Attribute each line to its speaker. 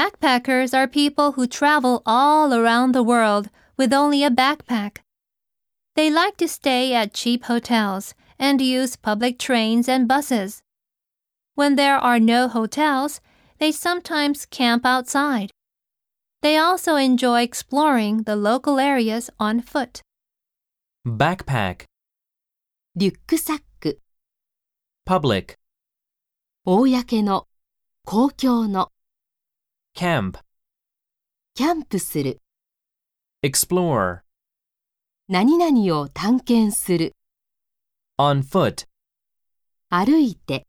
Speaker 1: Backpackers are people who travel all around the world with only a backpack. They like to stay at cheap hotels and use public trains and buses. When there are no hotels, they sometimes camp outside. They also enjoy exploring the local areas on foot.
Speaker 2: backpack,
Speaker 3: リュックサック、
Speaker 2: public,
Speaker 3: 公の、公共の、
Speaker 2: camp,
Speaker 3: キャンプする、
Speaker 2: explore,
Speaker 3: 何々を探検する、
Speaker 2: on foot.
Speaker 3: 歩いて。